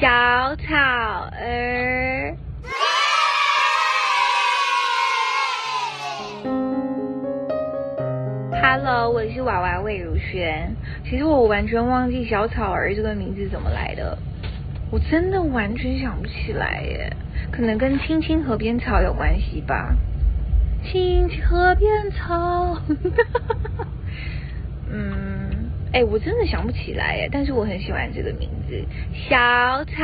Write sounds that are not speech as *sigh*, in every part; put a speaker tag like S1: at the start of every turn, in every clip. S1: 小草儿。Hello，我是娃娃魏如萱。其实我完全忘记“小草儿”这个名字怎么来的，我真的完全想不起来耶。可能跟青青河边草有关系吧。青青河边草， *laughs* 嗯，哎、我真的想不起来耶，但是我很喜欢这个名字“小草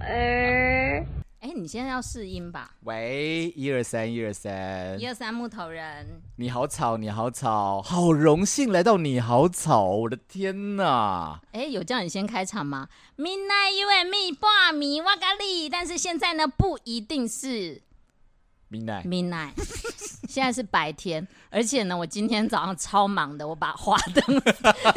S1: 儿”。
S2: 哎，你现在要试音吧？
S3: 喂，一二三，一二三
S2: 一，二三木头人，
S3: 你好吵，你好吵，好荣幸来到你好吵，我的天呐！
S2: 哎，有叫你先开场吗？Midnight you and me，挂米哇咖喱。但是现在呢，不一定是
S3: 明奈，
S2: midnight，现在是白天。而且呢，我今天早上超忙的，我把《华灯》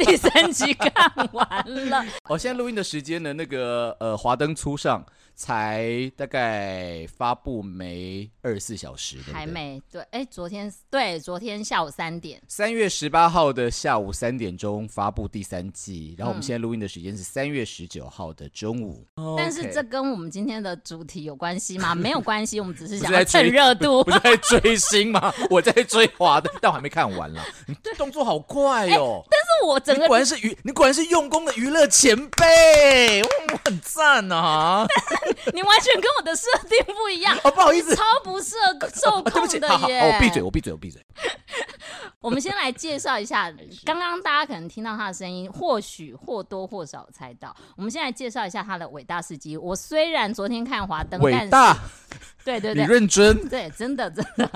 S2: *laughs* 第三集看完了。
S3: 哦，现在录音的时间呢，那个呃，华灯初上才大概发布没二十四小时，对不对
S2: 还。没对，哎，昨天对，昨天下午三点，
S3: 三月十八号的下午三点钟发布第三季，然后我
S2: 嗯
S3: 们现在录音的时间是三月十九号的中午。
S2: 但是
S3: 哦 OK
S2: 这跟我们今天的主题有关系吗？没有关系，我们只是
S3: 不
S2: 想
S3: 是
S2: 要
S3: 在
S2: 趁
S3: 追
S2: 热度
S3: 不。是在追星吗？我在追华灯，但我还没看
S2: *laughs*
S3: 完啦。你动作好快哦！
S2: 但是我整
S3: 你
S2: 个
S3: 果然是娱，你果然是用功的娱乐
S2: *laughs*
S3: 前辈，哇我很赞啊！
S2: 你完全跟我的设定不一样
S3: *laughs* ，哦，不好意
S2: *laughs*
S3: 思，哦
S2: 超不设受
S3: 对不
S2: 控
S3: 起，
S2: 的
S3: 好好，好
S2: 耶！
S3: 我闭嘴，。我闭嘴，我闭嘴。
S2: *laughs* 我们先来介绍一
S3: *laughs*
S2: 下，刚刚大家可能听到他的声音，或许或多或少猜到。我们先来介绍一下他的伟大事迹。我虽然昨天看华灯，但
S3: 伟
S2: 是
S3: 大，
S2: 对对
S3: 你
S2: 对。
S3: 认真。 *laughs*
S2: 对，真的真的。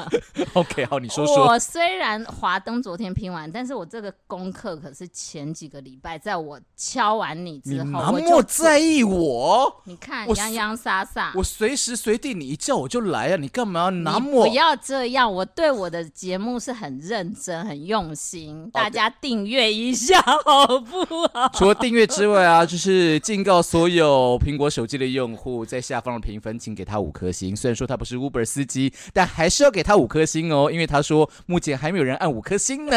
S3: OK，好，你说说。
S2: 我虽然华灯昨天拼完，但是我这个功课可是前几个礼拜，在我敲完你
S3: 你
S2: 之后，
S3: 那
S2: 我
S3: 么
S2: 就
S3: 在意我，
S2: 你看
S3: 我
S2: 洋洋洒洒，
S3: 我随时随地你一叫我就来啊！你干嘛那
S2: 你
S3: 么
S2: 不要这样，我对我的节目是很认真、很用心，大家订阅一下好不好？ *laughs*
S3: 除了订阅之外啊， *laughs* 就是警告所有苹果手机的用户，在下方的评分，请给他五颗星。虽然说他不是 Uber 司机，但还是要给他五颗星哦，因为他说目前还没有人按五颗
S2: *laughs*
S3: 星呢。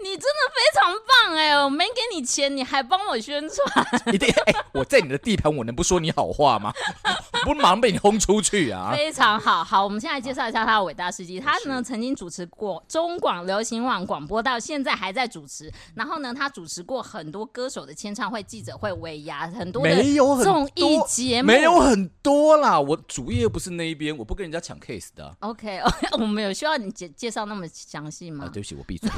S2: 你真的非常棒哎、我没给你钱，你还帮我宣传，
S3: *laughs* 一定哎、我在你的地盘，我能不说你好话吗？ *laughs* 我不忙被你轰出去啊！
S2: 非常好。好，我们现在介绍一下他的伟大事迹。他呢曾经主持过中广流行网广播，到现在还在主持。然后呢，他主持过很多歌手的签唱会、记者会、尾牙，很多的
S3: 没有很
S2: 综艺
S3: 多
S2: 节目，
S3: 没有很多啦，我主业不是那一边，我不跟人家抢 case 的啊。
S2: OK，我 *laughs* 们有需要你介介绍那么详细吗？
S3: 啊对不起，我
S2: *laughs*
S3: 闭嘴。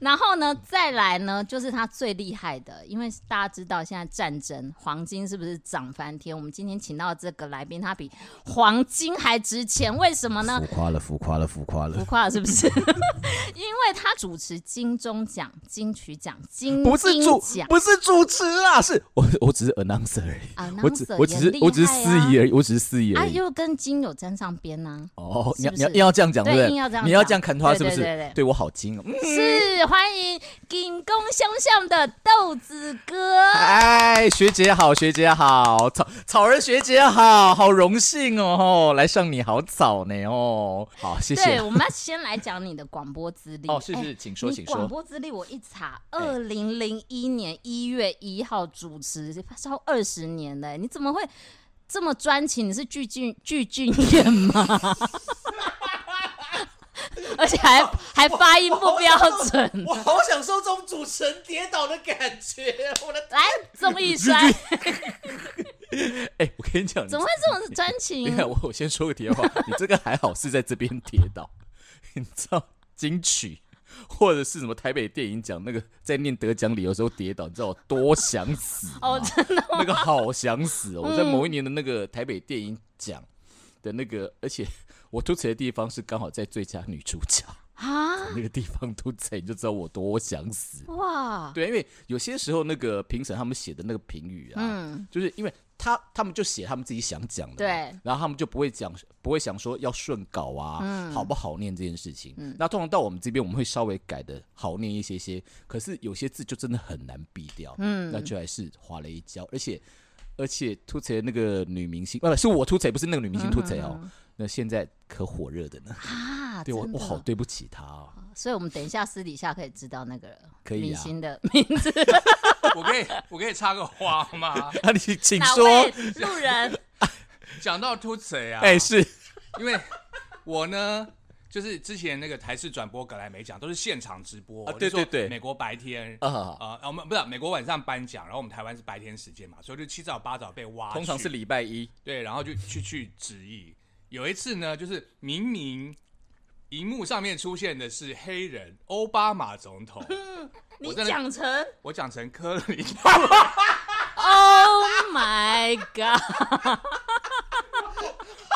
S2: 然后呢，再来呢，就是他最厉害的，因为大家知道现在战争黄金是不是涨翻天？我们今天请到这个来宾，他比黄金还值钱，为什么呢？
S3: 浮夸了，浮夸了，浮夸
S2: 浮
S3: 了。
S2: 夸了是不是？因 *laughs* 为他主持金钟奖、金曲奖、金
S3: 不是
S2: 金
S3: 主
S2: 奖，
S3: 不是主持啊，是我，我只是 announcer 而已。
S2: 啊，
S3: 我只我只是我只是司仪而已，我只是司仪
S2: 啊，
S3: 而已。
S2: 又跟金有沾上边啊呢、
S3: 哦，你
S2: 是
S3: 要
S2: 不
S3: 你要
S2: 是
S3: 硬要这样讲，
S2: 对
S3: 不
S2: 硬要这
S3: 对？
S2: 样
S3: 你要
S2: 讲
S3: 这样砍他
S2: 对
S3: 是不
S2: 对
S3: 是
S2: 对对？
S3: 对我好精哦。嗯
S2: 是欢迎顶公相向的豆子哥。
S3: 哎，学姐好，学姐好，草草人学姐好，好荣幸哦，来上你好早呢哦，好谢
S2: 对，
S3: 谢。
S2: 我们要先来讲你的广播资历。
S3: 哦，是
S2: 哎
S3: 是，请说，哎
S2: 你
S3: 请
S2: 广
S3: 说。
S2: 播资历我一查，二零零一年一月一号主持，超二十年了，哎你怎么会这么专情？你是剧俊 *laughs* 剧俊彦吗？ *laughs* 而且还还发音不标准，
S3: *laughs* 我好享受这种主持人跌倒的感觉，我的
S2: 来综艺摔，
S3: 哎，我跟你讲，
S2: 怎么会这么专情
S3: 你？ *laughs* 看我我先说个题外话，你这个还好是在这边跌倒， *laughs* 你知道金曲或者是什么台北电影奖那个在念得奖理由的时候跌倒，你知道我多想死吗
S2: 哦，真的
S3: *laughs* 那个好想死哦！我在某一年的那个台北电影奖的那个，而且我吐槽的地方是刚好在最佳女主角
S2: 啊，
S3: 那个地方吐槽，你就知道我多想死。
S2: 哇，
S3: 对，因为有些时候那个评审他们写的那个评语啊，
S2: 嗯，
S3: 就是因为他他们就写他们自己想讲的，
S2: 对，
S3: 然后他们就不会讲不会想说要顺稿啊，
S2: 嗯
S3: 好不好念这件事情。那通常到我们这边，我们会稍微改的好念一些些，可是有些字就真的很难避掉，嗯，那就还是划了一跤，而且而且凸槌那个女明星，啊不是我凸槌，不是那个女明星凸槌哦，那现在可火热的呢，
S2: 嗯啊，
S3: 对我
S2: 真
S3: 我
S2: 的
S3: 好对不起她哦，
S2: 所以我们等一下私底下可以知道那个
S3: 可以
S2: 明 *laughs*
S3: 啊
S2: 星的名字。
S4: *laughs* 我可以我可以插个花吗？
S3: *laughs* 啊，你请
S2: 哪
S3: 说
S2: 位。路
S3: *laughs*
S2: 人？
S4: 讲到凸槌啊，
S3: 哎、是
S4: 因为我呢，就是之前那个台视转播格莱美奖都是现场直播，
S3: 啊对
S4: 就是说
S3: 对对
S4: 美国白天
S3: 啊
S4: 啊，我们不是美国晚上颁奖，然后我们台湾是白天时间嘛，所以就七早八早被挖去，
S3: 通常是礼拜一，
S4: 对，然后就去去质疑。有一次呢，就是明明荧幕上面出现的是黑人奥巴马总统，
S2: *laughs* 你
S4: 我真的
S2: 讲成
S4: 我讲成科
S2: *laughs*
S4: 林，
S2: Oh my God！ *laughs*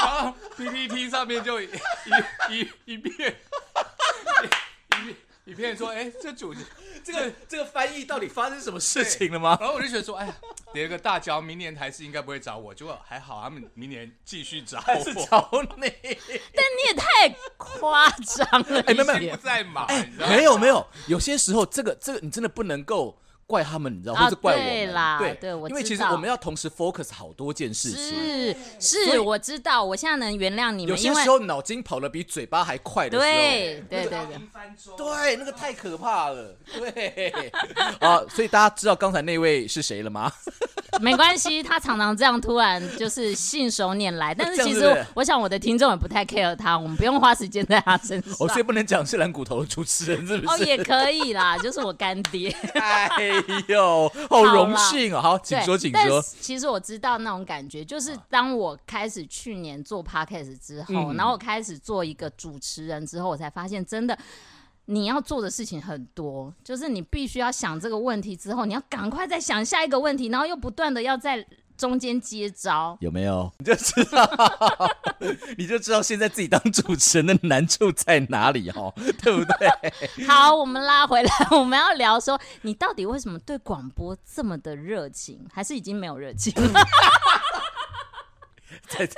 S4: 然后 PPT 上面就一一一一片一一片一片说，哎、这主题
S3: *laughs*
S4: 这个
S3: 这个翻译到底发生什么事
S4: 情
S3: 了吗？
S4: 然后我就觉得说，哎呀，叠个大跤，明年台视应该不会找我，结果还好，他们明年继续找
S3: 还是
S4: *laughs* 我，
S3: 找
S2: 但
S3: 你？
S2: 你也太夸张了
S3: 哎
S2: 一
S3: 没有没有
S4: 心
S2: 点
S4: 不在马，你知道吗
S3: *laughs* 没有没有，有些时候这个这个你真的不能够怪他们，你知道，
S2: 啊
S3: 或者怪我们。
S2: 对啦
S3: 对
S2: 对我
S3: 因为
S2: 知
S3: 其实
S2: 道
S3: 我们要同时 focus 好多件事情。
S2: 是
S3: 所以
S2: 是，我知道，我现在能原谅你
S3: 有
S2: 们，
S3: 些
S2: 因为
S3: 时候脑筋跑得比嘴巴还快的时候，哎
S2: 对对对对，
S3: 对，那个太可怕了。对
S2: *laughs*
S3: 啊，所以大家知道刚才那位是谁了吗？
S2: 啊没关系，他常常这样突然就是信手拈
S3: *laughs*
S2: 来，但是其
S3: 这样是
S2: 实
S3: 不是
S2: 我想我的听众也不太 care 他，我们不用花时间在他身上。
S3: 哦，所以不能讲是蓝骨头的主持人，是不
S2: 哦，
S3: 是？
S2: 也可以啦，就是我干爹。
S3: 哎呦，好
S2: 啦
S3: 荣幸哦！好， *laughs* 请
S2: 对，
S3: 说，请
S2: 但
S3: 说
S2: 是。其实我知道那种感觉，就是当我开始去年做 podcast 之后，
S3: 嗯
S2: 然后我开始做一个主持人之后，我才发现真的。你要做的事情很多，就是你必须要想这个问题之后，你要赶快再想下一个问题，然后又不断的要在中间接
S3: *laughs*
S2: 招。
S3: 有没有？你就知道， *laughs* 你就知道现在自己当主持人的难处在哪里哦， *laughs* 对不对？
S2: 好，我们拉回来，我们要聊说你到底为什么对广播这么的热情，还是已经没有热
S3: *laughs*
S2: 情了？
S3: 在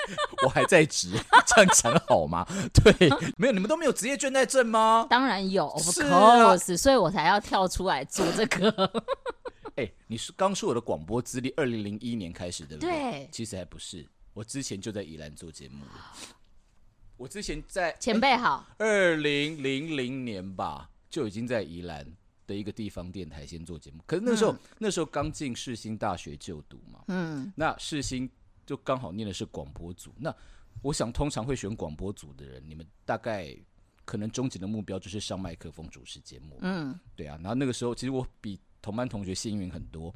S3: 我还在职， *laughs* 这样讲好吗？对，没有，你们都没有职业倦怠症吗？
S2: 当然有，of
S3: 是啊
S2: course，、所以我才要跳出来做这个。 *laughs*
S3: 哎、你是刚说我的广播资历，二零零一年开始，对不
S2: 对
S3: 其实还不是，我之前就在宜兰做节
S2: *laughs*
S3: 目了。我之前在
S2: 前辈好，
S3: 二零零零年吧，就已经在宜兰的一个地方电台先做节目。可是那时候，那时候刚进世新大学就读嘛，
S2: 嗯，
S3: 那世新就刚好念的是广播组。那我想，通常会选广播组的人，你们大概可能终极的目标就是上麦克风主持节目。
S2: 嗯，
S3: 对啊，然后那个时候其实我比同班同学幸运很多，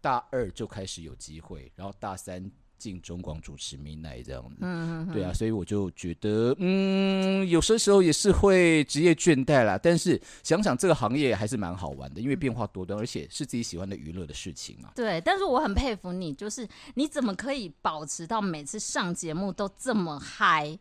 S3: 大二就开始有机会，然后大三进中广主持 Midnight 这样子。嗯对啊，所以我就觉得，嗯，有些时候也是会职业倦怠啦，但是想想这个行业还是蛮好玩的，因为变化多端，而且是自己喜欢的娱乐的事情嘛。
S2: 对，但是我很佩服你，就是你怎么可以保持到每次上节目都这么嗨，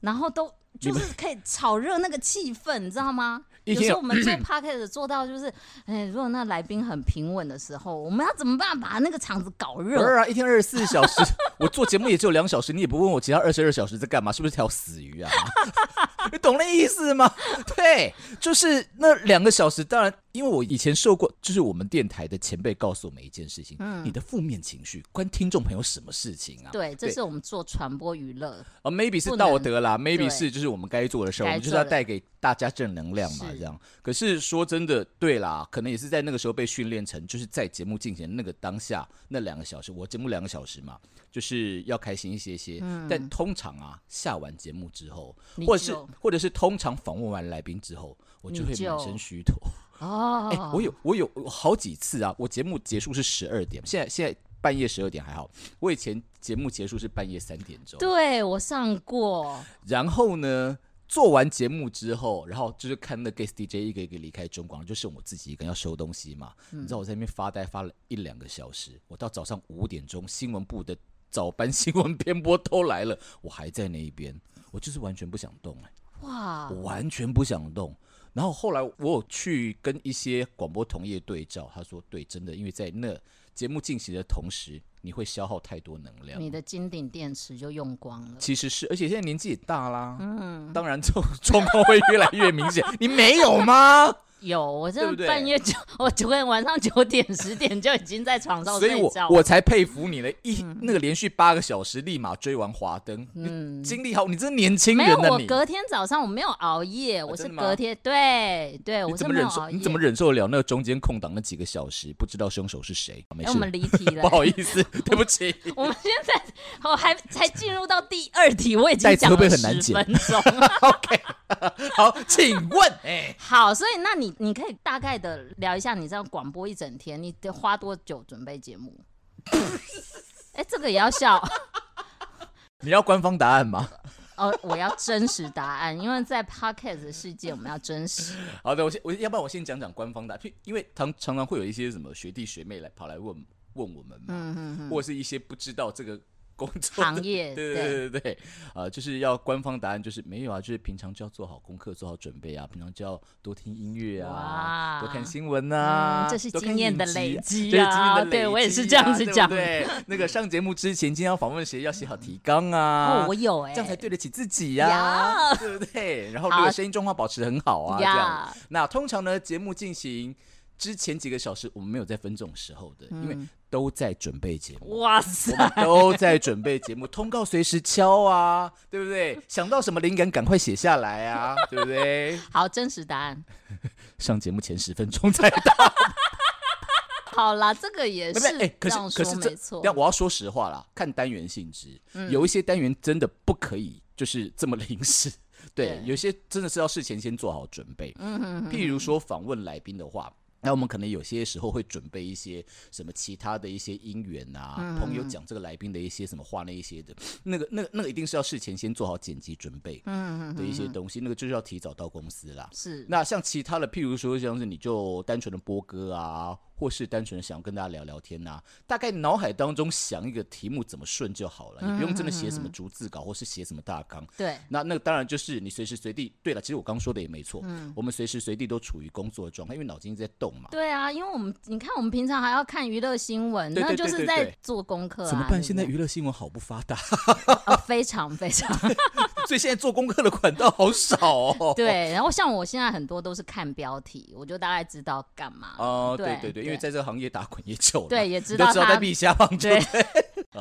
S2: 然后都就是可以炒热那个气氛，你知道吗？
S3: 一嗯
S2: 有时
S3: 天有
S2: 候我们做 podcast 做到就是，哎，如果那来宾很平稳的时候，我们要怎么办把那个场子搞
S3: 不是
S2: 热？
S3: *laughs* 啊，一天二十四小时，我做节目也只有两小时，你也不问我其他二十二小时在干嘛，是不是条死鱼啊？ *laughs* 你懂那意思吗？ *laughs* 对，就是那两个小时。当然，因为我以前受过，就是我们电台的前辈告诉我们一件事情：，你的负面情绪关听众朋友什么事情啊？
S2: 对，这是我们做传播娱乐。
S3: 啊、m a y b e 是
S2: 不能
S3: 道德啦，maybe
S2: 对
S3: 是就是我们该做的事儿，我
S2: 该
S3: 们就是
S2: 做
S3: 要
S2: 的
S3: 带给大家正能量嘛，
S2: 是
S3: 这样。可是说真的，对啦，可能也是在那个时候被训练成，就是在节目进行那个当下那两个小时，我节目两个小时嘛，就是要开心一些些。但通常啊，下完节目之后
S2: 嗯你，
S3: 或者是
S2: 就
S3: 或者是通常访问完来宾之后，我就
S2: 你
S3: 会
S2: 就
S3: 满身虚脱。
S2: 哦，
S3: 哎、我有我有我好几次啊，我节目结束是十二点，现在现在半夜十二点还好，我以前节目结束是半夜三点钟。
S2: 对我上过，
S3: 然后呢，做完节目之后，然后就是看那 guest DJ 一个一个离开中广，就剩我自己一个人要收东西嘛。你知道我在那边发呆发了一两个小时，我到早上五点钟，新闻部的早班新闻 *laughs* 编播都来了，我还在那一边，我就是完全不想动、哎，
S2: 哇，
S3: 我完全不想动。然后后来我有去跟一些广播同业对照，他说对，真的，因为在那节目进行的同时，你会消耗太多能量。
S2: 你的金顶电池就用光了。
S3: 其实是，而且现在
S2: 嗯 *laughs*
S3: *laughs* 年纪也大啦，当然这种状况会越来越明显。你没有吗？
S2: 有，我真
S3: 对不
S2: 的
S3: 对
S2: 半夜九，我九点晚上九点十点就已经在床上
S3: *laughs* 所以
S2: 睡
S3: 我
S2: 觉。
S3: 我才佩服你了，一、那个连续八个小时立马追完华灯，
S2: 嗯
S3: 你精力好，你真年轻
S2: 没
S3: 人
S2: 有，
S3: 呢
S2: 我
S3: 你。
S2: 隔天早上我没有熬夜，我
S3: 真
S2: 是
S3: 的吗
S2: 隔天对对，
S3: 你
S2: 我是
S3: 怎么
S2: 没有
S3: 忍受？
S2: 熬夜。
S3: 你怎么忍受得了那中间空档那几个小时，不知道凶手是谁？没
S2: 哎，我
S3: 事，
S2: 们离题
S3: 不
S2: 了。
S3: 好意思，对不
S2: *laughs*
S3: 起。 *laughs*
S2: 我们现在我哦还才进入到第二题，我已经
S3: 带词
S2: 讲
S3: 会不会
S2: 了
S3: 很难
S2: 十
S3: 剪
S2: 分钟。 *laughs*
S3: OK，好，请问，哎、
S2: 好，所以那你你可以大概的聊一下，你这样广播一整天，你得花多久准备节目？ *laughs* 哎、这个也要笑
S3: 你要官方答案吗？
S2: 哦！我要真实答案，因为在 podcast 的世界，我们要真实。
S3: 好的，我先我要不然我先讲讲官方答案，因为常常常会有一些什么学弟学妹来跑来问问我们嘛，
S2: 嗯嗯嗯，
S3: 或是一些不知道这个工作的
S2: 行业
S3: *laughs* 对对对对对，呃，就是要官方答案，就是没有啊，就是平常就要做好功课，做好准备啊，平常就要多听音乐啊，
S2: 哇
S3: 多看新闻啊，
S2: 嗯这是
S3: 多看
S2: 经验的
S3: 影集
S2: 累积
S3: 这是经验
S2: 啊
S3: 的累积、啊。
S2: *laughs* 对我也是这样子讲
S3: 啊对不对那个上节目之前，今天要访问谁，要写好提纲啊。
S2: 哦，我有哎、
S3: 这样才对得起自己呀、
S2: 呀
S3: 对不对？然后如果
S2: 好
S3: 声音状况保持得很好啊，这
S2: 呀
S3: 样。那通常呢，节目进行之前几个小时，我们没有在分这种时候的，
S2: 嗯
S3: 因为都在准备节目。
S2: 哇塞
S3: 我！们都在准备
S2: *laughs*
S3: 节目，通告随时敲啊，对不对？想到什么灵感，赶快写下来啊，对不对？
S2: 好，真实答案。
S3: 上节目前十分钟再打，
S2: 好啦，这个也
S3: 不
S2: 是
S3: 是？哎、
S2: 这
S3: 可是
S2: 样
S3: 可
S2: 说
S3: 是
S2: 没
S3: 这，
S2: 错。嗯
S3: 但我要说实话啦，看单元性质，有一些单元真的不可以就是这么临时。对
S2: 对，嗯
S3: 有些真的是要事前先做好准备。譬如说访问来宾的话，那我们可能有些时候会准备一些什么其他的一些姻缘啊，
S2: 嗯
S3: 朋友讲这个来宾的一些什么话那一些的，那个那个那个一定是要事前先做好剪辑准备
S2: 嗯
S3: 的一些东西，那个就是要提早到公司啦。
S2: 是
S3: 那像其他的，譬如说像是你就单纯的播歌啊，或是单纯的想跟大家聊聊天啊，大概脑海当中想一个题目怎么顺就好了，你不用真的写
S2: 嗯
S3: 什么逐字稿或是写什么大纲。
S2: 对，
S3: 那那当然就是你随时随地，对了，其实我刚说的也没错，我们随时随地都处于工作的状态，因为脑筋一直在动嘛。
S2: 嗯对啊，因为我们你看，我们平常还要看娱乐新闻，
S3: 对对
S2: 那就
S3: 对
S2: 是
S3: 对
S2: 在
S3: 对
S2: 做功课啊。
S3: 怎么办？现在
S2: 对不
S3: 娱乐新闻好不发达， *laughs*
S2: 对哦非常非常
S3: 所以现在做功课的管道好少哦。
S2: *laughs* 对，然后像我现在很多都是看标题，我就大概知道干嘛。
S3: 哦，对
S2: 对
S3: 对对，因为在这个行业打滚也久了，
S2: 对也
S3: 你
S2: 知
S3: 都
S2: 道
S3: 知道
S2: 他
S3: 在避瞎帮助。 *laughs*
S2: 对
S3: 哎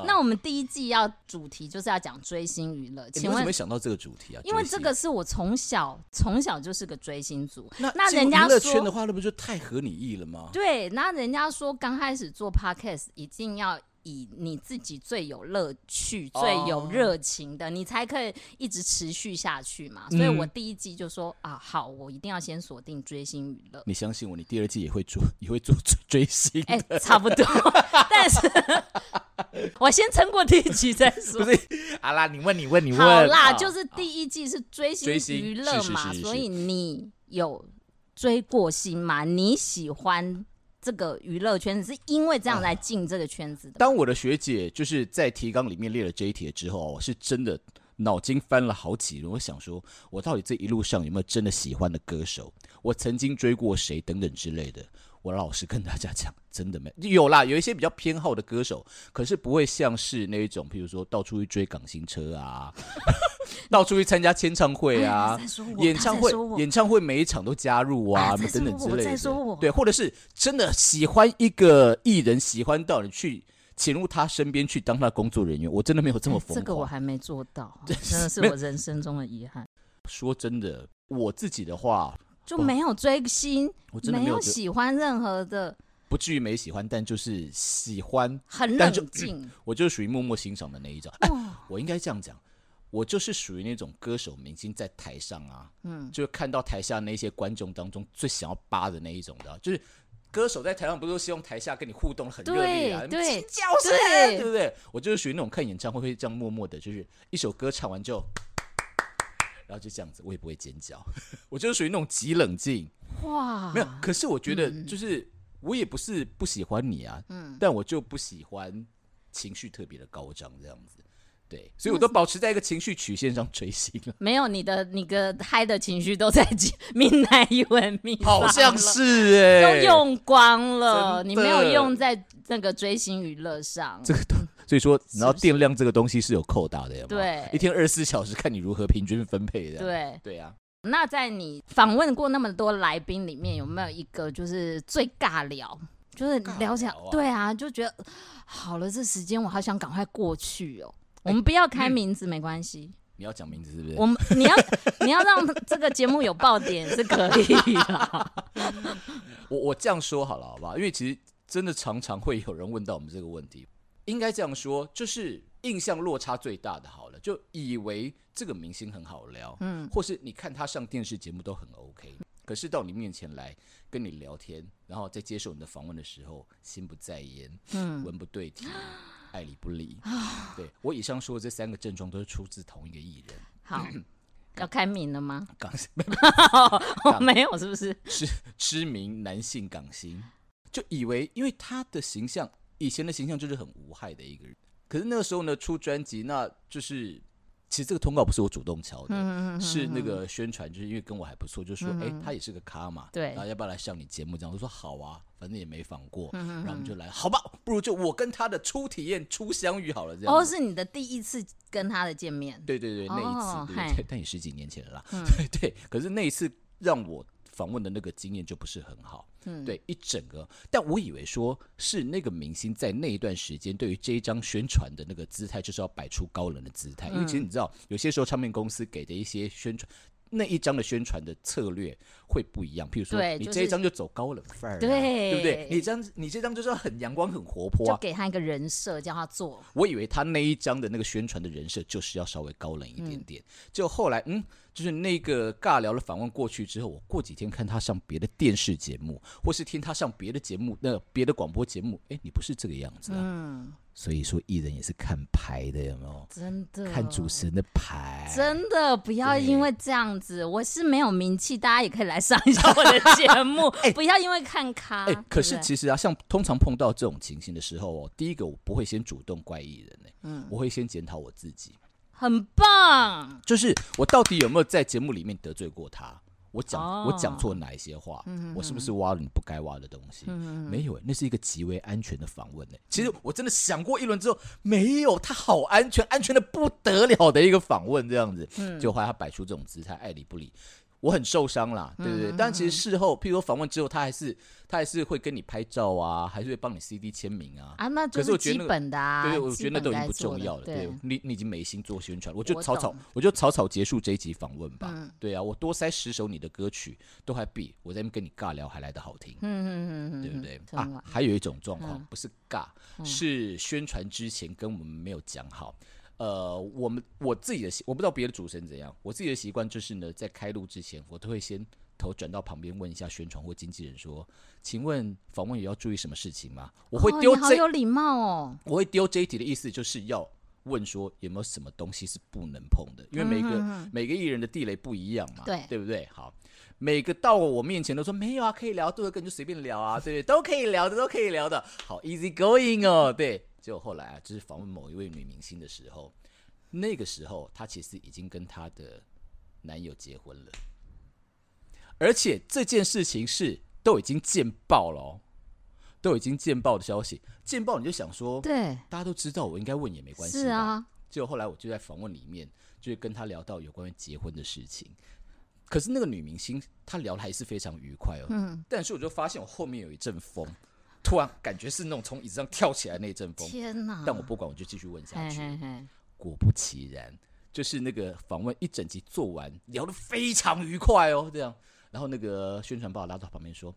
S2: *laughs* 那我们第一季要主题就是要讲追星娱乐，
S3: 哎 *laughs* 你
S2: 请
S3: 为什么
S2: 问
S3: 会。想到这个主题啊？
S2: 因为
S3: 追
S2: 这
S3: 星
S2: 个是我从小从小就是个追星族，
S3: 那
S2: 那
S3: 进入
S2: 人家
S3: 娱乐
S2: 说
S3: 圈的话，那不就太合你意了吗？
S2: 对，那人家说刚开始做 podcast 一定要以你自己最有乐趣、最有
S3: 哦
S2: 热情的，你才可以一直持续下去嘛。所以我
S3: 嗯
S2: 第一季就说、啊，好，我一定要先锁定追星娱乐。
S3: 你相信我，你第二季也会做， *laughs* 也会做追追星的。
S2: 哎、差不多， *laughs* 但是我先撑过第一集再说。
S3: 是， *laughs* 好啦，你问，你问，你
S2: 好啦，
S3: 啊
S2: 就是第一季是追
S3: 追
S2: 星
S3: 星
S2: 娱乐
S3: 是
S2: 嘛，
S3: 是是是
S2: 所以你有追过星吗？你喜欢这个娱乐圈子，是因为
S3: 啊
S2: 这样来进这个圈子的吗？
S3: 当我的学姐就是在提纲里面列了这一题之后啊，我是真的脑筋翻了好几轮，我想说，我到底这一路上有没有真的喜欢的歌手？我曾经追过谁等等之类的。我老实跟大家讲，真的没有啦，有一些比较偏好的歌手，可是不会像是那一种，譬如说到处去追港星车
S2: *laughs*
S3: 啊，到处去参加签唱会啊
S2: 哎他在说我、
S3: 演
S2: *laughs*
S3: 唱会
S2: 他在说、我
S3: 演唱会每一场都加入啊，
S2: 啊在说
S3: 等等之
S2: 我
S3: 类
S2: 在说我
S3: 的。对，或者是真的喜欢一个艺人，喜欢到你去潜入他身边去当他的工作人员，我真的没有这么疯狂。
S2: 哎这个我还没做
S3: *laughs*
S2: 到，
S3: 对
S2: 真的是
S3: 没有
S2: 我人生中的遗
S3: *laughs*
S2: 憾，
S3: 说真的，我自己的话，
S2: 就没有追星，
S3: 我真的没有
S2: 有
S3: 觉
S2: 喜欢任何的，
S3: 不至于没喜欢，但就是喜欢，
S2: 很冷
S3: 但就
S2: 静。
S3: 我就是属于默默欣赏的那一种。哎，我应该这样讲。我就是属于那种歌手明星在台上啊，嗯，就是看到台下那些观众当中最想要扒的那一种的啊，就是歌手在台上不是都希望台下跟你互动得很热烈啊，
S2: 对对
S3: 尖叫
S2: 对
S3: 声，对不对？我就是属于那种看演唱会会这样默默的，就是一首歌唱完就，然后就这样子，我也不会尖叫， *laughs* 我就是属于那种极冷静，
S2: 哇，，
S3: 嗯没有，可是我觉得就是、我也不是不喜欢你啊，但我就不喜欢情绪特别的高涨这样子，对，所以我都保持在一个情绪曲线上追星了
S2: 没有你的你的嗨的情绪都在 *laughs* 闽南语文密上
S3: 好像
S2: 了
S3: 是哎、
S2: 都用光了，
S3: 真
S2: 你
S3: 的
S2: 没有用在那个追星娱乐上。
S3: 这个东，所以说你知道电量这个东西是有扣打的，有没有
S2: 对
S3: 一天二十四小时看你如何平均分配的，
S2: 对
S3: 对啊，
S2: 那在你访问过那么多来宾里面，有没有一个就是最尬聊？就是聊起来，
S3: 尬聊啊
S2: 对啊，就觉得好了，这时间我好想赶快过去哦。
S3: 哎
S2: 我们不要开名字，没关系。
S3: 你要讲名字是不是？
S2: 我们你要 *laughs* 你要让这个节目有爆点是可以
S3: *laughs*
S2: 的。
S3: 我我这样说好了，好不好？因为其实真的常常会有人问到我们这个问题，应该这样说，就是印象落差最大的，好了，就以为这个明星很好聊，嗯，或是你看他上电视节目都很 OK，可是到你面前来跟你聊天，然后在接受你的访问的时候，心不在焉，嗯，文不对题，爱理不理。对我以上说的这三个症状都是出自同一个艺人， *laughs*
S2: 好，要开名了吗？
S3: 港
S2: 哦，没有，是不是？
S3: *laughs* 知知名男性港星，就以为因为他的形象，以前的形象就是很无害的一个人。可是那个时候呢，出专辑，那就是其实这个通告不是我主动敲
S2: 嗯
S3: 的，是那个宣传，就是因为跟我还不错，就说哎、诶他也是个咖嘛，
S2: 对
S3: 然后要不要来上你节目？这样我说好啊，反正也没访过，
S2: 嗯
S3: 然后我们就来，好吧，不如就我跟他的初体验、初相遇好了，这样
S2: 哦，
S3: 子。
S2: 是你的第一次跟他的见面。
S3: 对对对，那一次，
S2: 哦
S3: 对
S2: 嗨嗯
S3: 对对，但也十几年前了啦。 *laughs* 对对，可是那一次让我访问的那个经验就不是很好。
S2: 嗯
S3: 对，一整个，但我以为说是那个明星在那一段时间对于这一张宣传的那个姿态，就是要摆出高冷的姿态，因为
S2: 嗯
S3: 其实你知道，有些时候唱片公司给的一些宣传。那一张的宣传的策略会不一样，譬如说
S2: 对
S3: 你
S2: 就
S3: 这一
S2: 是
S3: 张就走高冷范儿啊、
S2: 对
S3: 对不对？你这张你这张就是要很阳光、很活泼、啊，
S2: 就给他一个人设，叫他做。
S3: 我以为他那一张的那个宣传的人设就是要稍微高冷一点点，就后来嗯，就是那个尬聊的访问过去之后，我过几天看他上别的电视节目，或是听他上别的节目，那别的广播节目，哎，你不是这个样子啊。
S2: 嗯
S3: 所以说艺人也是看牌的，有没有？
S2: 真的，
S3: 看主持人的牌。
S2: 嗯真的不要
S3: 对
S2: 因为这样子，我是没有名气，大家也可以来上一下我的节
S3: *laughs*
S2: 目，不要因为看咖。
S3: 哎、
S2: 对不
S3: 可是
S2: 对
S3: 其实啊，像通常碰到这种情形的时候哦，第一个我不会先主动怪艺人、欸，
S2: 嗯
S3: 我会先检讨我自己。
S2: 很棒，
S3: 就是我到底有没有在节目里面得罪过他？我讲、
S2: 哦
S3: 我讲错哪一些话？我是不是挖了你不该挖的东西？没有、欸，那是一个极为安全的访问呢、欸其实我真的想过一轮之后，没有，他好安全，安全的不得了的一个访问这样子。就后来他摆出这种姿态，爱理不理。我很受伤啦，对不对？但其实事后，譬如说访问之后，他还是他还是会跟你拍照啊，还是会帮你 CD 签名啊。
S2: 啊，那就
S3: 可是我觉得
S2: 基
S3: 那个
S2: 本的啊。
S3: 对，我
S2: 基
S3: 觉得那
S2: 本
S3: 都已
S2: 该
S3: 经不
S2: 做
S3: 重
S2: 的
S3: 要了。对
S2: 对，嗯
S3: 你你已经没心做宣传，我
S2: 我
S3: 就草草
S2: 懂，嗯
S3: 我就草草结束这一集访问吧。对啊，我多塞十首你的歌曲，都还比我在那边跟你尬聊还来得好听，
S2: 嗯嗯嗯，
S3: 对不对？
S2: 真嗯
S3: 啊
S2: 的，
S3: 还有一种状况不是尬，是宣传之前跟我们没有讲好。呃，我们我自己的习，我不知道别的主持人怎样，我自己的习惯就是呢，在开录之前，我都会先头转到旁边问一下宣传或经纪人说：“请问访问也要注意什么事情吗？”我会
S2: 哦
S3: 丢
S2: 你好
S3: 这
S2: 有礼貌哦。
S3: 我会丢这一题的意思就是要问说有没有什么东西是不能碰的，因为每个、每个艺人的地雷不一样嘛，
S2: 对
S3: 对不对？好，每个到我面前都说没有啊，可以聊，对不对？你就随便聊啊，对不对？都可以聊的，都可以聊的，好 easy going 哦，对。结果后来啊，就是访问某一位女明星的时候，那个时候她其实已经跟她的男友结婚了，而且这件事情是都已经见报了、哦，都已经见报的消息，见报你就想说，
S2: 对，
S3: 大家都知道，我应该问也没哦关系。
S2: 是，啊，
S3: 结果后来我就在访问里面，就是跟他聊到有关于结婚的事情。可是那个女明星，她聊的还是非常愉快哦。嗯。但是我就发现我后面有一阵风，突然感觉是那种从椅子上跳起来那一阵风。
S2: 天哪！
S3: 但我不管，我就继续问下
S2: 嘿
S3: 去。
S2: 嘿嘿，
S3: 果不其然，就是那个访问一整集做完，聊得非常愉快哦，这样。然后那个宣传把我拉到旁边说：“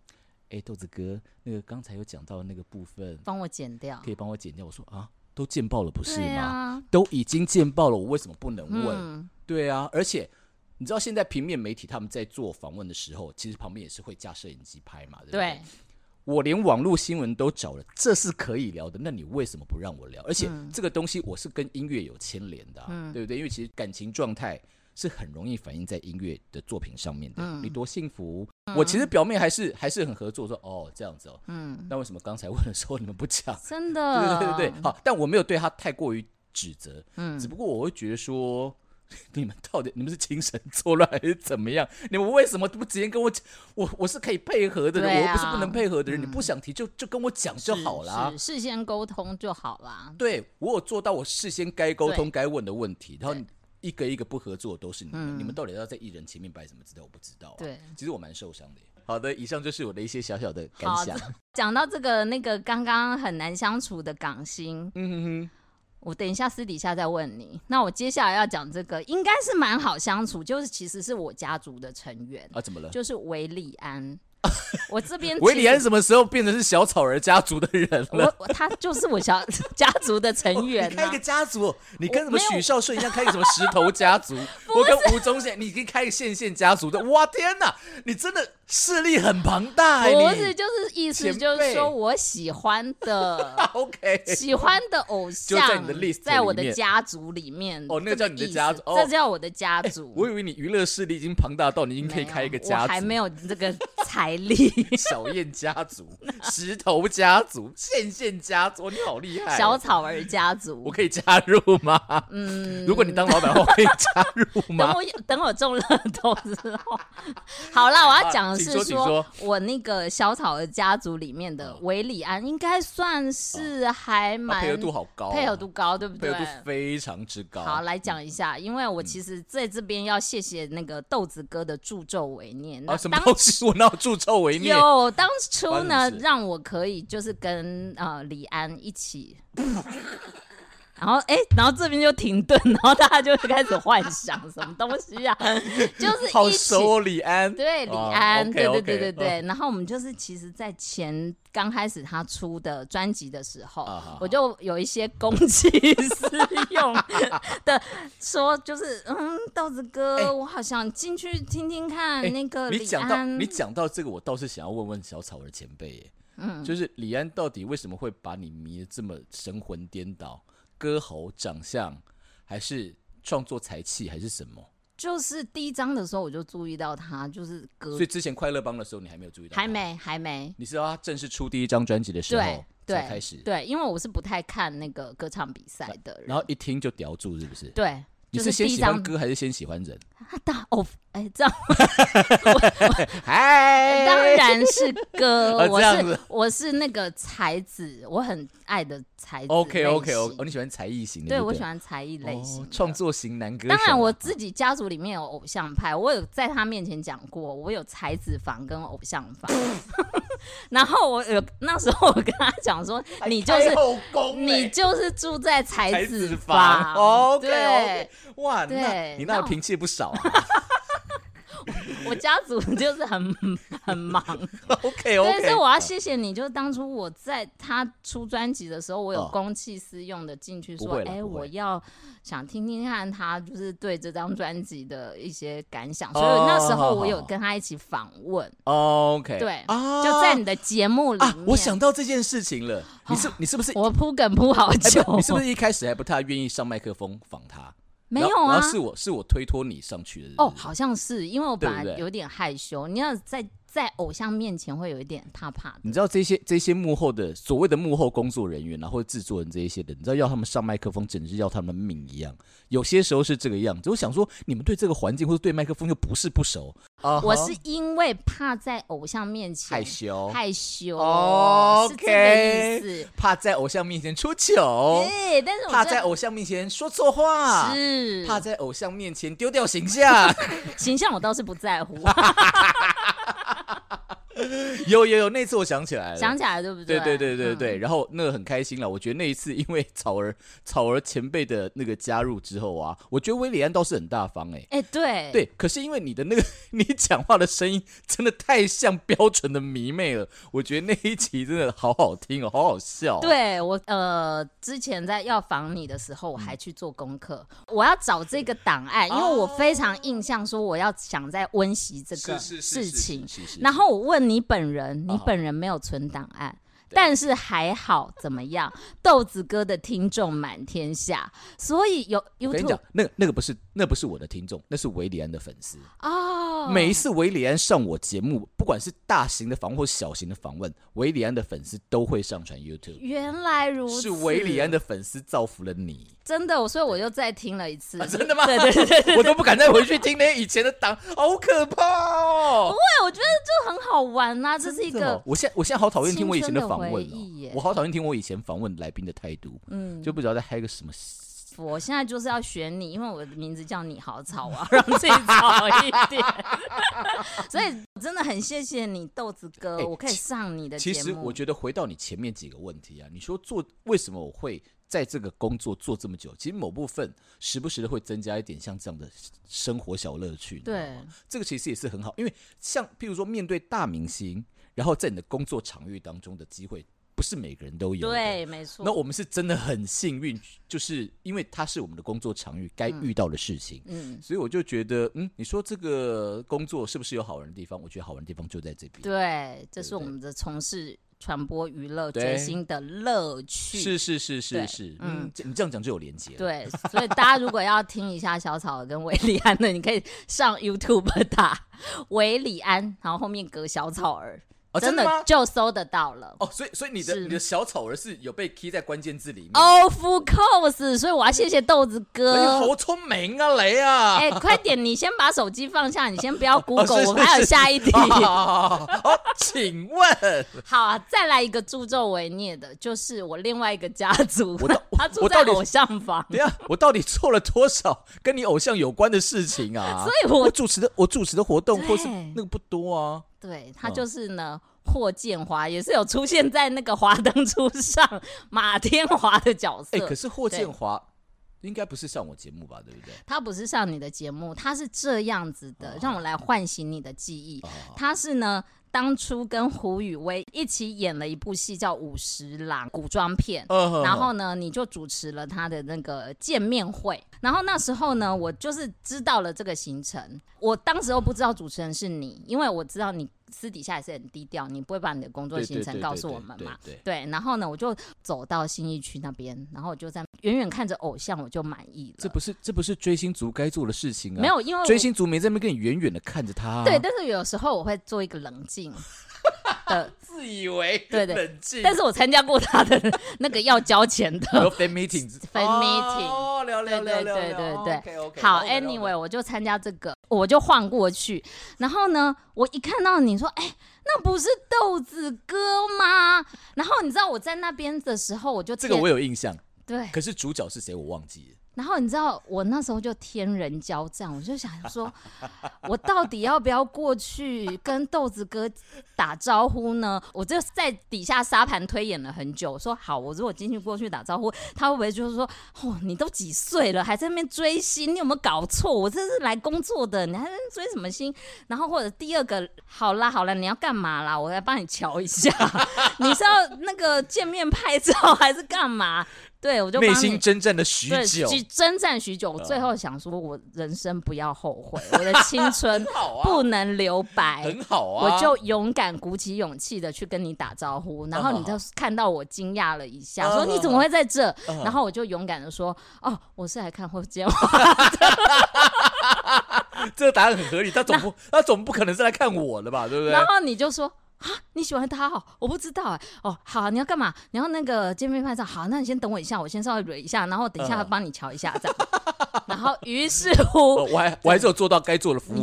S3: 哎，豆子哥，那个刚才有讲到那个部分，
S2: 帮我剪掉
S3: 可。以帮我剪掉。我说啊，都见报了不是
S2: 对
S3: 吗？
S2: 啊
S3: 都已经见报了，我为什么不能问？
S2: 嗯
S3: 对啊，而且你知道现在平面媒体他们在做访问的时候，其实旁边也是会架摄影机拍嘛，对不对？
S2: 对，
S3: 我连网络新闻都找了，这是可以聊的，那你为什么不让我聊？而且
S2: 嗯
S3: 这个东西我是跟音乐有牵连的、啊，对不对？因为其实感情状态是很容易反映在音乐的作品上面的。
S2: 嗯
S3: 你多幸福，我其实表面还是还是很合作，说哦这样子哦，嗯，那为什么刚才问的时候你们不讲？
S2: 真
S3: 对
S2: 的。
S3: 对对对，好，但我没有对他太过于指责，嗯，只不过我会觉得说，你们到底你们是精神错乱还是怎么样？ *laughs* 你们为什么不直接跟我讲？我我是可以配合的人，
S2: 对
S3: 我又不是
S2: 啊
S3: 不能配合的人，你不想提就就跟我讲就好啊啦
S2: 是。事先沟通就好啦。
S3: 对我有做到我事先该沟通、该问的问题，然后
S2: 对嗯
S3: 你一个一个不合作都是你们，你们到底要在艺人前面摆什么姿态？我不知道、啊。
S2: 对，
S3: 其实我蛮受伤的耶。好的，以上就是我的一些小小的感
S2: 好
S3: 想。
S2: 的讲到这个那个刚刚很难相处的港星，
S3: 嗯哼哼，
S2: 我等一下私底下再问你。那我接下来要讲这个应该是蛮好相处，就是其实是我家族的成员，
S3: 啊，怎么了？
S2: 就是维里
S3: *laughs*
S2: 安。我这 *laughs* 边
S3: 维里安
S2: 其实
S3: 什么时候变成是小草人家族的人了？
S2: 我我他就是我小家族的成
S3: *laughs* 你
S2: 员、
S3: 开
S2: 啊
S3: 一个。家族，你
S2: 我
S3: 跟什么
S2: 没有
S3: 许孝顺一样开个什么石头
S2: *laughs*
S3: 家族？我跟吴宗宪，你可以开个线线家族的。哇天哪，你真的势力很庞大、欸，
S2: 不是，
S3: 你
S2: 就是意思
S3: 前
S2: 就是
S3: 辈
S2: 说我喜欢的
S3: OK。
S2: 喜欢的偶像，
S3: 就在你的 list
S2: 在我
S3: 里
S2: 的
S3: 面
S2: 家族里面。
S3: 哦那个叫你
S2: 这
S3: 的
S2: 个意思
S3: 家族哦哎
S2: 这叫我的家族。
S3: 我以为你娱乐势力已经庞大到你已经可以
S2: 没有
S3: 开一个家
S2: 我
S3: 族，
S2: 还没有这个财
S3: *laughs*
S2: 力。
S3: 小燕家
S2: *laughs*
S3: 族、石头家族、线线家族，你好厉害！
S2: 小，草儿家
S3: 我
S2: 族，
S3: 可以加入吗？嗯，如果你当老板的话，我可以加入
S2: 等 *laughs*
S3: 吗？
S2: 我等我中乐透之后， *laughs* 好啦，我要讲的
S3: 请
S2: 是
S3: 啊说请说
S2: 我那个小草儿家族里面的维里安，应该算是还蛮
S3: 配合度好高啊
S2: 配合度高，对不
S3: 配
S2: 对
S3: 合？度非常嗯之高。啊
S2: 好，来讲一下，因为我其实在这边要谢谢那个豆子哥的助纣为虐。那
S3: 啊，什么
S2: 当
S3: 东西？ *laughs* 我哪有助纣为虐？
S2: 有当初
S3: 发
S2: 呢
S3: 生什么，事
S2: 让我可以就是跟呃李安一起， *laughs* 然后哎、然后这边就停顿，然后大家就开始幻想什么东西
S3: *laughs*
S2: 啊，就是
S3: 好
S2: 一起。
S3: 熟哦，李安。
S2: 对李安，对
S3: o
S2: 对
S3: k
S2: 对对
S3: 啊
S2: 对，然后我们就是其实，在前刚开始他出的专辑的时候，
S3: 啊好好
S2: 我就有一些公器私
S3: *laughs*
S2: 用的说，就是嗯，豆子哥，
S3: 哎
S2: 我好想进去听听看
S3: 哎
S2: 那个
S3: 你
S2: 李
S3: 讲到
S2: 安，
S3: 你讲到这个，我倒是想要问问小草儿前辈耶，嗯，就是李安到底为什么会把你迷得这么神魂颠倒？歌喉、长相，还是创作才气，还是什么？
S2: 就是第一章的时候我就注意到他，就是歌
S3: 所以之前快乐帮的时候，你还没有注意到？
S2: 嗯还。没还没，
S3: 你知道他正式出第一张专辑的时
S2: 对
S3: 候才
S2: 对
S3: 开始，
S2: 对，因为我是不太看那个歌唱比赛的人，
S3: 然后一听就叼住，是不是？
S2: 对，
S3: 你
S2: 就是
S3: 先
S2: 第一
S3: 喜
S2: 张
S3: 欢歌还是先喜欢人？
S2: 他大哦，哎、这
S3: *laughs*
S2: 样
S3: 嗨，
S2: 当然是
S3: *laughs*
S2: 歌，
S3: 啊
S2: 我
S3: 这样
S2: 是
S3: 子
S2: 我是那个才子，我很爱的才子
S3: OK OK
S2: 类
S3: OK，
S2: 型
S3: 哦，你喜欢才艺型的？
S2: 对
S3: 不
S2: 我喜欢才艺类型
S3: 哦
S2: 的，
S3: 创作型男歌手。啊
S2: 当然，我自己家族里面有偶像派，我有在他面前讲过，我有才子房跟偶像房。 *laughs* 然后我有那时候我跟他讲
S3: *laughs*
S2: 说，你就是
S3: 开后宫嘞
S2: 你就是住在才
S3: 才
S2: 子
S3: 子哦
S2: 房，
S3: OK
S2: 对
S3: OK，哇，
S2: 对
S3: 那你那
S2: 那
S3: 个脾气不少
S2: *laughs*
S3: 啊。
S2: 我家族就是很 *laughs* 很忙。
S3: OK
S2: 但
S3: OK，
S2: 是我要谢谢你，就是当初我在他出专辑的时候，我有
S3: 哦
S2: 公器私用的进去
S3: 不
S2: 说
S3: 会，啦
S2: 哎、
S3: 不会
S2: 我要想听听看他就是对这张专辑的一些感想，所
S3: 哦
S2: 以那时候我有跟他一起访问，
S3: OK
S2: 对
S3: 啊，
S2: 就在你的节目里面。
S3: 啊，我想到这件事情了，你是你是不是？
S2: 我铺梗铺好
S3: 哎
S2: 久，
S3: 不你是不是一开始还不太愿意上麦克风访他？
S2: 没
S3: 然
S2: 有
S3: 后
S2: 啊
S3: 然后？是我是我推脱你上去的是不是
S2: 哦，好像是因为我本来
S3: 对不对
S2: 有点害羞，你要在在偶像面前会有一点怕怕的。
S3: 你知道这些这些幕后的所谓的幕后工作人员啊，或者制作人这一些的，你知道要他们上麦克风，简直是要他们的命一样。有些时候是这个样子。我想说，你们对这个环境或者对麦克风又不是不熟啊哈
S2: 我是因为怕在偶像面前
S3: 害羞
S2: 害羞
S3: 哦
S2: 是这个意思。
S3: 怕在偶像面前出糗，
S2: 对，但是嗯我
S3: Oh 怕
S2: 真的
S3: 在偶像面前说错话，
S2: 是
S3: 怕在偶像面前丢掉形象。
S2: 形象，我倒是不在
S3: *laughs*
S2: 乎。
S3: 有有有，那次我想起来了，
S2: 想起来了对不嗯
S3: 对
S2: 对
S3: 对对对对，然后那个很开心了。我觉得那一次，因为草儿草儿前辈的那个加入之后啊，我觉得威廉安倒是很大方哎、
S2: 哎，对
S3: 对，可是因为你的那个 *laughs* 你讲话的声音真的太像标准的迷妹了，我觉得那一集真的好好听哦，好好笑、哦。，
S2: 对我呃，之前在要访你的时候，我
S3: 嗯
S2: 还去做功课，我要找这个档案，因为我非常印象说我要想在温习这个
S4: 是是是
S2: 事
S4: 是是
S2: 情。
S3: 哦是是。
S2: 然后我问你本人，你
S3: 啊
S2: 本人没有存档案。但是还好，怎么样？豆子哥的听众满天下，所以有
S3: 我跟你
S2: YouTube
S3: 讲，那那个不是那不是我的听众，那是维里安的粉丝。
S2: 哦，
S3: 每一次维里安上我节目，不管是大型的访问或小型的访问，维里安的粉丝都会上传 YouTube。
S2: 原来如此，
S3: 是维里安的粉丝造福了你，
S2: 真的，所以我又再听了一次。
S3: 啊真的吗？
S2: 对对对，
S3: *laughs* 我都不敢再回去听那些以前的档，好可怕哦！
S2: 对我觉得就很好玩呐、这是一
S3: 真的哦
S2: 个
S3: 我现在我现在好讨厌听我以前
S2: 青春的
S3: 访问
S2: 回忆耶
S3: 哦，我好讨厌听我以前访问来宾的态度，嗯，就不知道在嗨个什么
S2: 佛，现在就是要选你，因为我的名字叫你好吵啊， *laughs* 让自己吵一点。所以真的很谢谢你，豆子哥，
S3: 哎
S2: 我可以
S3: 其
S2: 上你的节
S3: 其
S2: 目。
S3: 实我觉得回到你前面几个问题啊，你说做为什么我会在这个工作做这么久？其实某部分时不时的会增加一点像这样的生活小乐趣，你知道
S2: 对
S3: 吗这个其实也是很好，因为像譬如说面对大明星，然后在你的工作场域当中的机会，不是每个人都有的。
S2: 对，没错。
S3: 那我们是真的很幸运，就是因为它是我们的工作场域该遇到的事情，
S2: 嗯，
S3: 所以我就觉得，嗯，你说这个工作是不是有好玩的地方？我觉得好玩的地方就在这边。
S2: 对，这
S3: 对
S2: 是
S3: 对
S2: 我们的从事传播娱乐
S3: 对
S2: 追星的乐趣。
S3: 是是是
S2: 对
S3: 是是，
S2: 嗯
S3: 嗯，这你这样讲就有连接了。，
S2: 对，所以大家如果要听一下小草跟韦礼安的，你可以上 YouTube 打韦礼安，然后后面隔小草儿，
S3: 哦，真
S2: 真
S3: 的吗
S2: 的？就搜得到了。
S3: 哦，所以所以你的
S2: 是哦
S3: 你的小草儿是有被 key 在关键字里面。
S2: Of course，所以我要谢谢豆子
S3: 哎，
S2: 哥。
S3: 好聪明啊，雷啊！哦
S2: 哎、快点，你先把手机放下，你先不要 Google，、
S3: 是
S2: 我们还有
S3: 是
S2: 下一题。
S3: *laughs* 哦，好请问
S2: 好、啊，再来一个助纣为虐的，就是我另外一个家族
S3: 我到，
S2: *laughs* 他住
S3: 我
S2: 在
S3: 到底
S2: 偶像房。
S3: 等一下，我到底做了多少跟你偶像有关的事情啊？
S2: 所以我
S3: 主持的我主持的活动
S2: 对
S3: 或是那个不多啊。
S2: 对他
S3: 嗯
S2: 就是呢，霍建华也是有出现在那个《华灯初上》马天华的角色。
S3: 哎，可是霍建华应该不是上我节目吧？对不对？
S2: 他不是上你的节目，他是这样子的，让我来唤醒你的记
S3: 哦
S2: 忆。他是呢，当初跟胡宇威一起演了一部戏叫《五十郎》古装片。
S3: 嗯
S2: 然后呢，你就主持了他的那个见面会。然后那时候呢，我就是知道了这个行程。我当时又不知道主持人是你，因为我知道你私底下也是很低调，你不会把你的工作
S3: 对
S2: 行
S3: 对
S2: 程
S3: 对
S2: 告
S3: 对
S2: 诉
S3: 对
S2: 我们
S3: 对
S2: 嘛。
S3: 对
S2: 对，然后呢，我就走到新义区那边，然后我就在远远看着偶像，我就满意了。
S3: 这不是这不是追星族该做的事情啊。
S2: 没有，因为我
S3: 追星族没在那边跟你远远的看着他啊、
S2: 对，但是有时候我会做一个冷静
S3: *laughs*
S2: 的，
S3: 自以为
S2: *laughs* 对对
S3: 冷静
S2: 但是我参加过他的那个要交钱
S3: *laughs* 然后
S2: 的。
S3: fan meeting
S2: *laughs* fan meeting
S3: 哦，聊
S2: 对
S3: 聊
S2: 对
S3: 聊聊，
S2: 对对对
S3: 对，OK，
S2: 好，anyway，我就参加这个，我就晃过去。然后呢，我一看到你说，哎、那不是豆子哥吗？然后你知道我在那边的时候，我就
S3: 这个
S2: 天
S3: 我有印象，
S2: 对，
S3: 可是主角是谁我忘记了。
S2: 然后你知道我那时候就天人交战，我就想说， *laughs* 我到底要不要过去跟豆子哥打招呼呢？我就在底下沙盘推演了很久，我说好，我如果进去过去打招呼，他会不会就是说，哦，你都几岁了，还在那边追星，你有没有搞错？我这是来工作的，你还在那边追什么星？然后或者第二个，好啦好啦，你要干嘛啦？我来帮你瞧一下， *laughs* 你是要那个见面拍照还是干嘛？对，我就帮
S3: 内
S2: 你
S3: 心征战了许
S2: 对，
S3: 久，嗯
S2: 去征战许久，我最后想说，我人生不要后悔，
S3: *laughs*
S2: 我的青春
S3: 好啊
S2: 不能留白。
S3: 很好啊。
S2: 我就勇敢鼓起勇气的去跟你打招呼，然后你就看到我惊讶了一下，
S3: 嗯
S2: 说你怎么会在这？
S3: 嗯
S2: 然后我就勇敢的说，哦，我是来看霍建华。
S3: 这个答案很合理，他总不他总不可能是来看我的吧，对不
S2: *laughs*
S3: 对
S2: 然？后你就说啊，你喜欢他哦，我不知道哎、哦，好，你要干嘛？你要那个见面拍照，好，那你先等我一下，我先稍微捋一下，然后等一下
S3: 嗯
S2: 帮你瞧一下这样。然后于是
S3: 哦 *laughs*
S2: 乎，
S3: 我还我还是有做到该做的服务，
S2: 有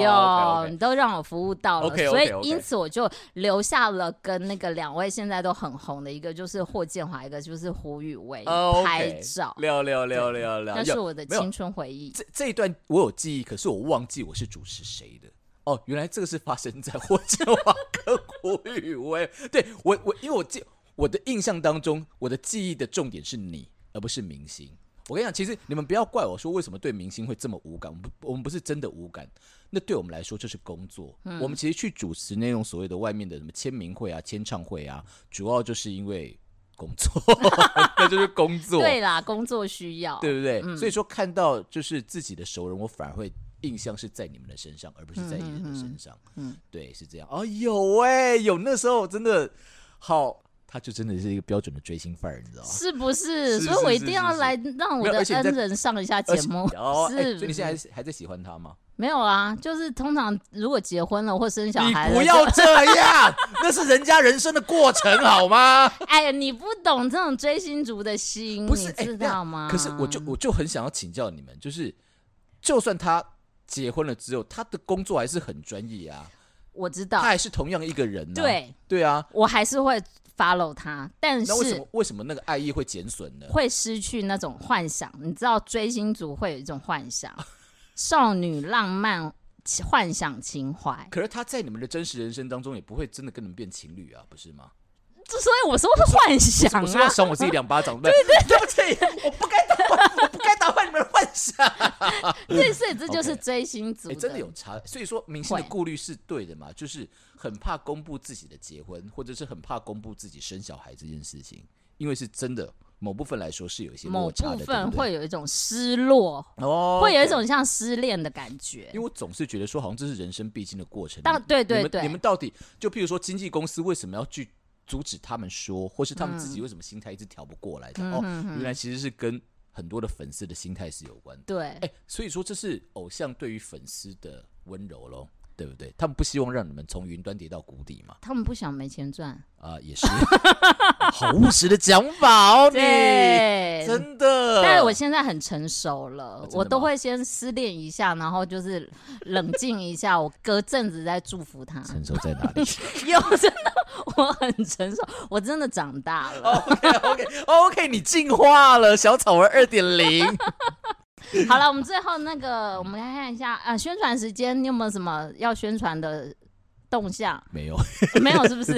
S2: 有，你
S3: 有
S2: 都让我服务到了
S3: OK，OK，
S2: 所以
S3: OK
S2: 因此我就留下了跟那个两位现在都很红的一个就是霍建华，一个就是胡宇威
S3: 哦
S2: 拍照，
S3: 聊聊聊聊聊，
S2: 那是我的
S3: 没有
S2: 青春回忆。
S3: 这这一段我有记忆，可是我忘记我是主持谁的。哦，原来这个是发生在霍建华跟胡宇威。对我我，因为我记我的印象当中，我的记忆的重点是你，而不是明星。我跟你讲，其实你们不要怪我说为什么对明星会这么无感，我们不我们不是真的无感，那对我们来说就是工作。我们其实去主持那种所谓的外面的什么签名会啊、签唱会啊，主要就是因为工作， *laughs* 那就是工
S2: *laughs*
S3: 作。
S2: 对啦，工作需要。
S3: 对不对？
S2: 嗯
S3: 所以说看到就是自己的熟人，我反而会印象是在你们的身上，而不是在艺人的身上。嗯，对，是这样。哦，有哎、有那时候真的好，他就真的是一个标准的追星范儿，你知道吗？
S2: 是不是？
S3: 是
S2: 所以我一
S3: 是
S2: 定
S3: 是
S2: 要
S3: 是
S2: 来让我
S3: 没有
S2: 的
S3: 而且你在
S2: 恩人上一下 *laughs* 节目，
S3: 哦，哎
S2: 是
S3: 所以你现在还是还在喜欢他吗？
S2: 没有啊？就是通常如果结婚了或生小
S3: 你
S2: 孩了，
S3: 不要这样，那是人家人生的过程，
S2: *laughs*
S3: 好吗？
S2: 哎呀，你不懂这种追星族的心，
S3: 不是，
S2: 你
S3: 哎
S2: 知
S3: 那
S2: 道吗？
S3: 可是我就我就很想要请教你们，就是就算他结婚了之后，他的工作还是很专业啊，
S2: 我知
S3: 他
S2: 道，
S3: 还是同样一个人、啊。
S2: 对。
S3: 对啊，
S2: 我还是会 follow 他，但
S3: 那为什么
S2: 是
S3: 为什么那个爱意会减损呢？
S2: 会失去那种幻想。你知道追星族会有一种幻想， *laughs* 少女浪漫幻想情怀。
S3: 可是他在你们的真实人生当中也不会真的跟你们变情侣啊，不是吗？
S2: 之所以我说幻想
S3: 我是要
S2: 啊，
S3: 赏我自己两巴掌，对对对不起，我不该打坏，我不该打坏你们的幻想。
S2: 对，所以这就是
S3: OK
S2: 追星族
S3: 哎、真的有差，所以说明星的
S2: 会
S3: 顾虑是对的嘛，就是很怕公布自己的结婚，或者是很怕公布自己生小孩这件事情，因为是真的某部分来说是有一些
S2: 某
S3: 落差
S2: 部
S3: 的，
S2: 分
S3: 对不对
S2: 会有一种失落，
S3: 哦，
S2: 会有一种像失恋的感觉
S3: 因为。我总是觉得说，好像这是人生必经的过程。
S2: 当
S3: 你
S2: 对对
S3: 你们
S2: 对
S3: 你们到底就譬如说经纪公司为什么要去阻止他们说，或是他们自
S2: 嗯
S3: 己为什么心态一直调不过来的？哦，原来其实是跟很多的粉丝的心态是有关的。
S2: 对，
S3: 哎，所以说这是偶像对于粉丝的温柔咯，对不对？他们不希望让你们从云端跌到谷底嘛？
S2: 他们不想没钱赚，
S3: 啊、
S2: *laughs*
S3: 也是好务实的讲法哦，你
S2: 对，
S3: 真的。
S2: 但是我现在很成熟了，
S3: 呃哦真的
S2: 我都
S3: 吗
S2: 会先失恋一下，然后就是冷静一下，我隔阵子再祝福他。 *laughs*
S3: 成熟在哪里
S2: 有真的，我很成熟，我真的长大
S3: *laughs*
S2: 了。
S3: ？OK OK OK，你进化了，小草儿二点零。
S2: 好了，我们最后那个，我们来看一下啊、呃宣传时间，你有没有什么要宣传的动向？
S3: *laughs* 没有， *laughs*
S2: 没有，是不是？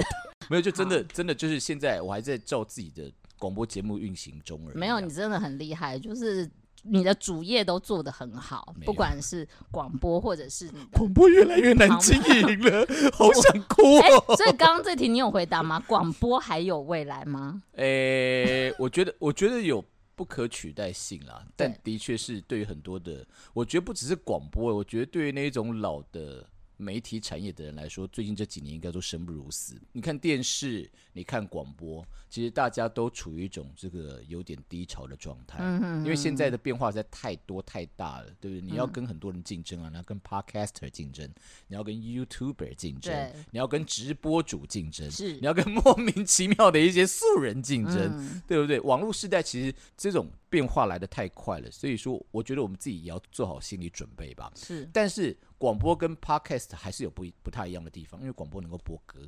S3: 没有，就真的真的就是现在我还在照自己的广播节目运行中而已啊。
S2: 没有，你真的很厉害，就是。你的主业都做得很好
S3: 没，有
S2: 不管是广播或者是你
S3: *laughs*
S2: 的
S3: *laughs* 广播越来越难经营
S2: *laughs*
S3: 了，好想哭
S2: 哎、
S3: 哦。
S2: 所以刚刚这题你有回答吗？广播还有未来吗？
S3: 诶、我觉得我觉得有不可取代性啦，但
S2: 对
S3: 的确是对于很多的，我觉得不只是广播，我觉得对于那一种老的。媒体产业的人来说，最近这几年应该都生不如死。你看电视，你看广播，其实大家都处于一种这个有点低潮的状态。
S2: 嗯
S3: 因为现在的变化实在太多太大了，对不对？你要
S2: 嗯
S3: 跟很多人竞争啊，你要跟 podcaster 竞争，你要跟 YouTuber 竞争
S2: 对，
S3: 你要跟直播主竞争，
S2: 是
S3: 你要跟莫名其妙的一些素人竞争，
S2: 嗯
S3: 对不对？网络时代其实这种变化来的太快了，所以说我觉得我们自己也要做好心理准备吧。
S2: 是，
S3: 但是广播跟 podcast 还是有不一不太一样的地方，因为广播能够播歌，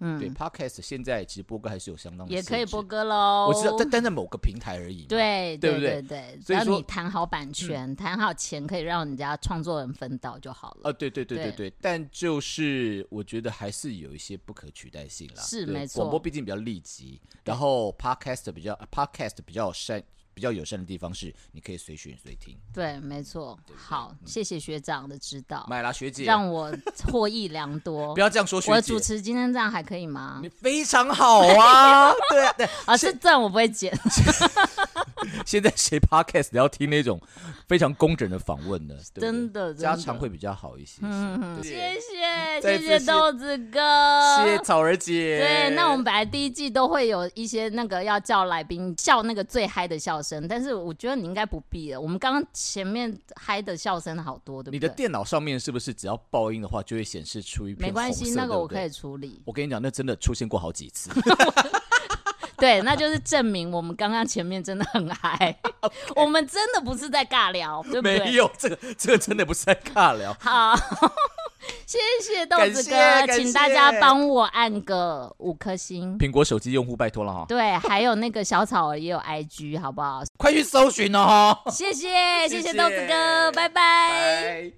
S2: 嗯
S3: 对 podcast 现在其实播歌还是有相当的
S2: 也可以
S3: 限制
S2: 播，歌哦喽。
S3: 我知道，但但在某个平台而已嘛。
S2: 对
S3: 对不
S2: 对
S3: 对
S2: 对，只
S3: 所以
S2: 要
S3: 说嗯
S2: 你谈好版权，谈好钱，可以让人家创作人分到就好了。
S3: 啊，对对对对对，但就是我觉得还是有一些不可取代性啦。
S2: 是
S3: 对
S2: 没
S3: 广
S2: 错
S3: 播毕竟比较立即，然后 podcast 比较 podcast 比较善比较友善的地方是，你可以随选随听。
S2: 对，没错。好，
S3: 嗯
S2: 谢谢学长的指导，
S3: 买啦，学姐，
S2: 让我获益
S3: *laughs*
S2: 良多
S3: 不。要这样说，学
S2: 我的
S3: 姐
S2: 主，持今天这样还可以吗
S3: 你？非常好啊。 *laughs* 对啊对啊，
S2: 啊，是这样，我不会剪。
S3: 现在谁 podcast 要听那种非常工整的访问呢？对不对
S2: 真的真
S3: 家
S2: 的嗯
S3: 常会比较好一些些。对
S2: 谢谢，
S3: 再
S2: 谢
S3: 次
S2: 谢
S3: 谢
S2: 豆子哥，
S3: 谢谢草儿姐。
S2: 对，那我们本来第一季都会有一些那个要叫来宾笑那个最嗨的笑声，但是我觉得你应该不必了。我们刚刚前面嗨的笑声好多，对不对？
S3: 你的电脑上面是不是只要爆音的话，就会显示出一片
S2: 没关
S3: 红
S2: 系，
S3: 色
S2: 那个
S3: 对
S2: 我
S3: 不对
S2: 可以处理。
S3: 我跟你讲，那真的出现过好几
S2: *laughs*
S3: 次。
S2: 对，那就是证明我们刚刚前面真的很
S3: *laughs*
S2: 嗨， *laughs* 我们真的不是在尬聊，对不对？
S3: 没有，这个这个真的不是在
S2: *laughs*
S3: 尬聊。
S2: 好，谢谢豆子
S3: 感谢
S2: 哥，
S3: 感谢
S2: 请大家帮我按个五颗星。
S3: 苹果手机用户拜托了哈，
S2: 对，还有那个小草儿也有 IG，好不好？
S3: 快去搜寻哦。
S2: 谢谢，谢
S3: 谢
S2: 谢豆子
S3: 谢
S2: 哥，拜拜。
S3: 拜。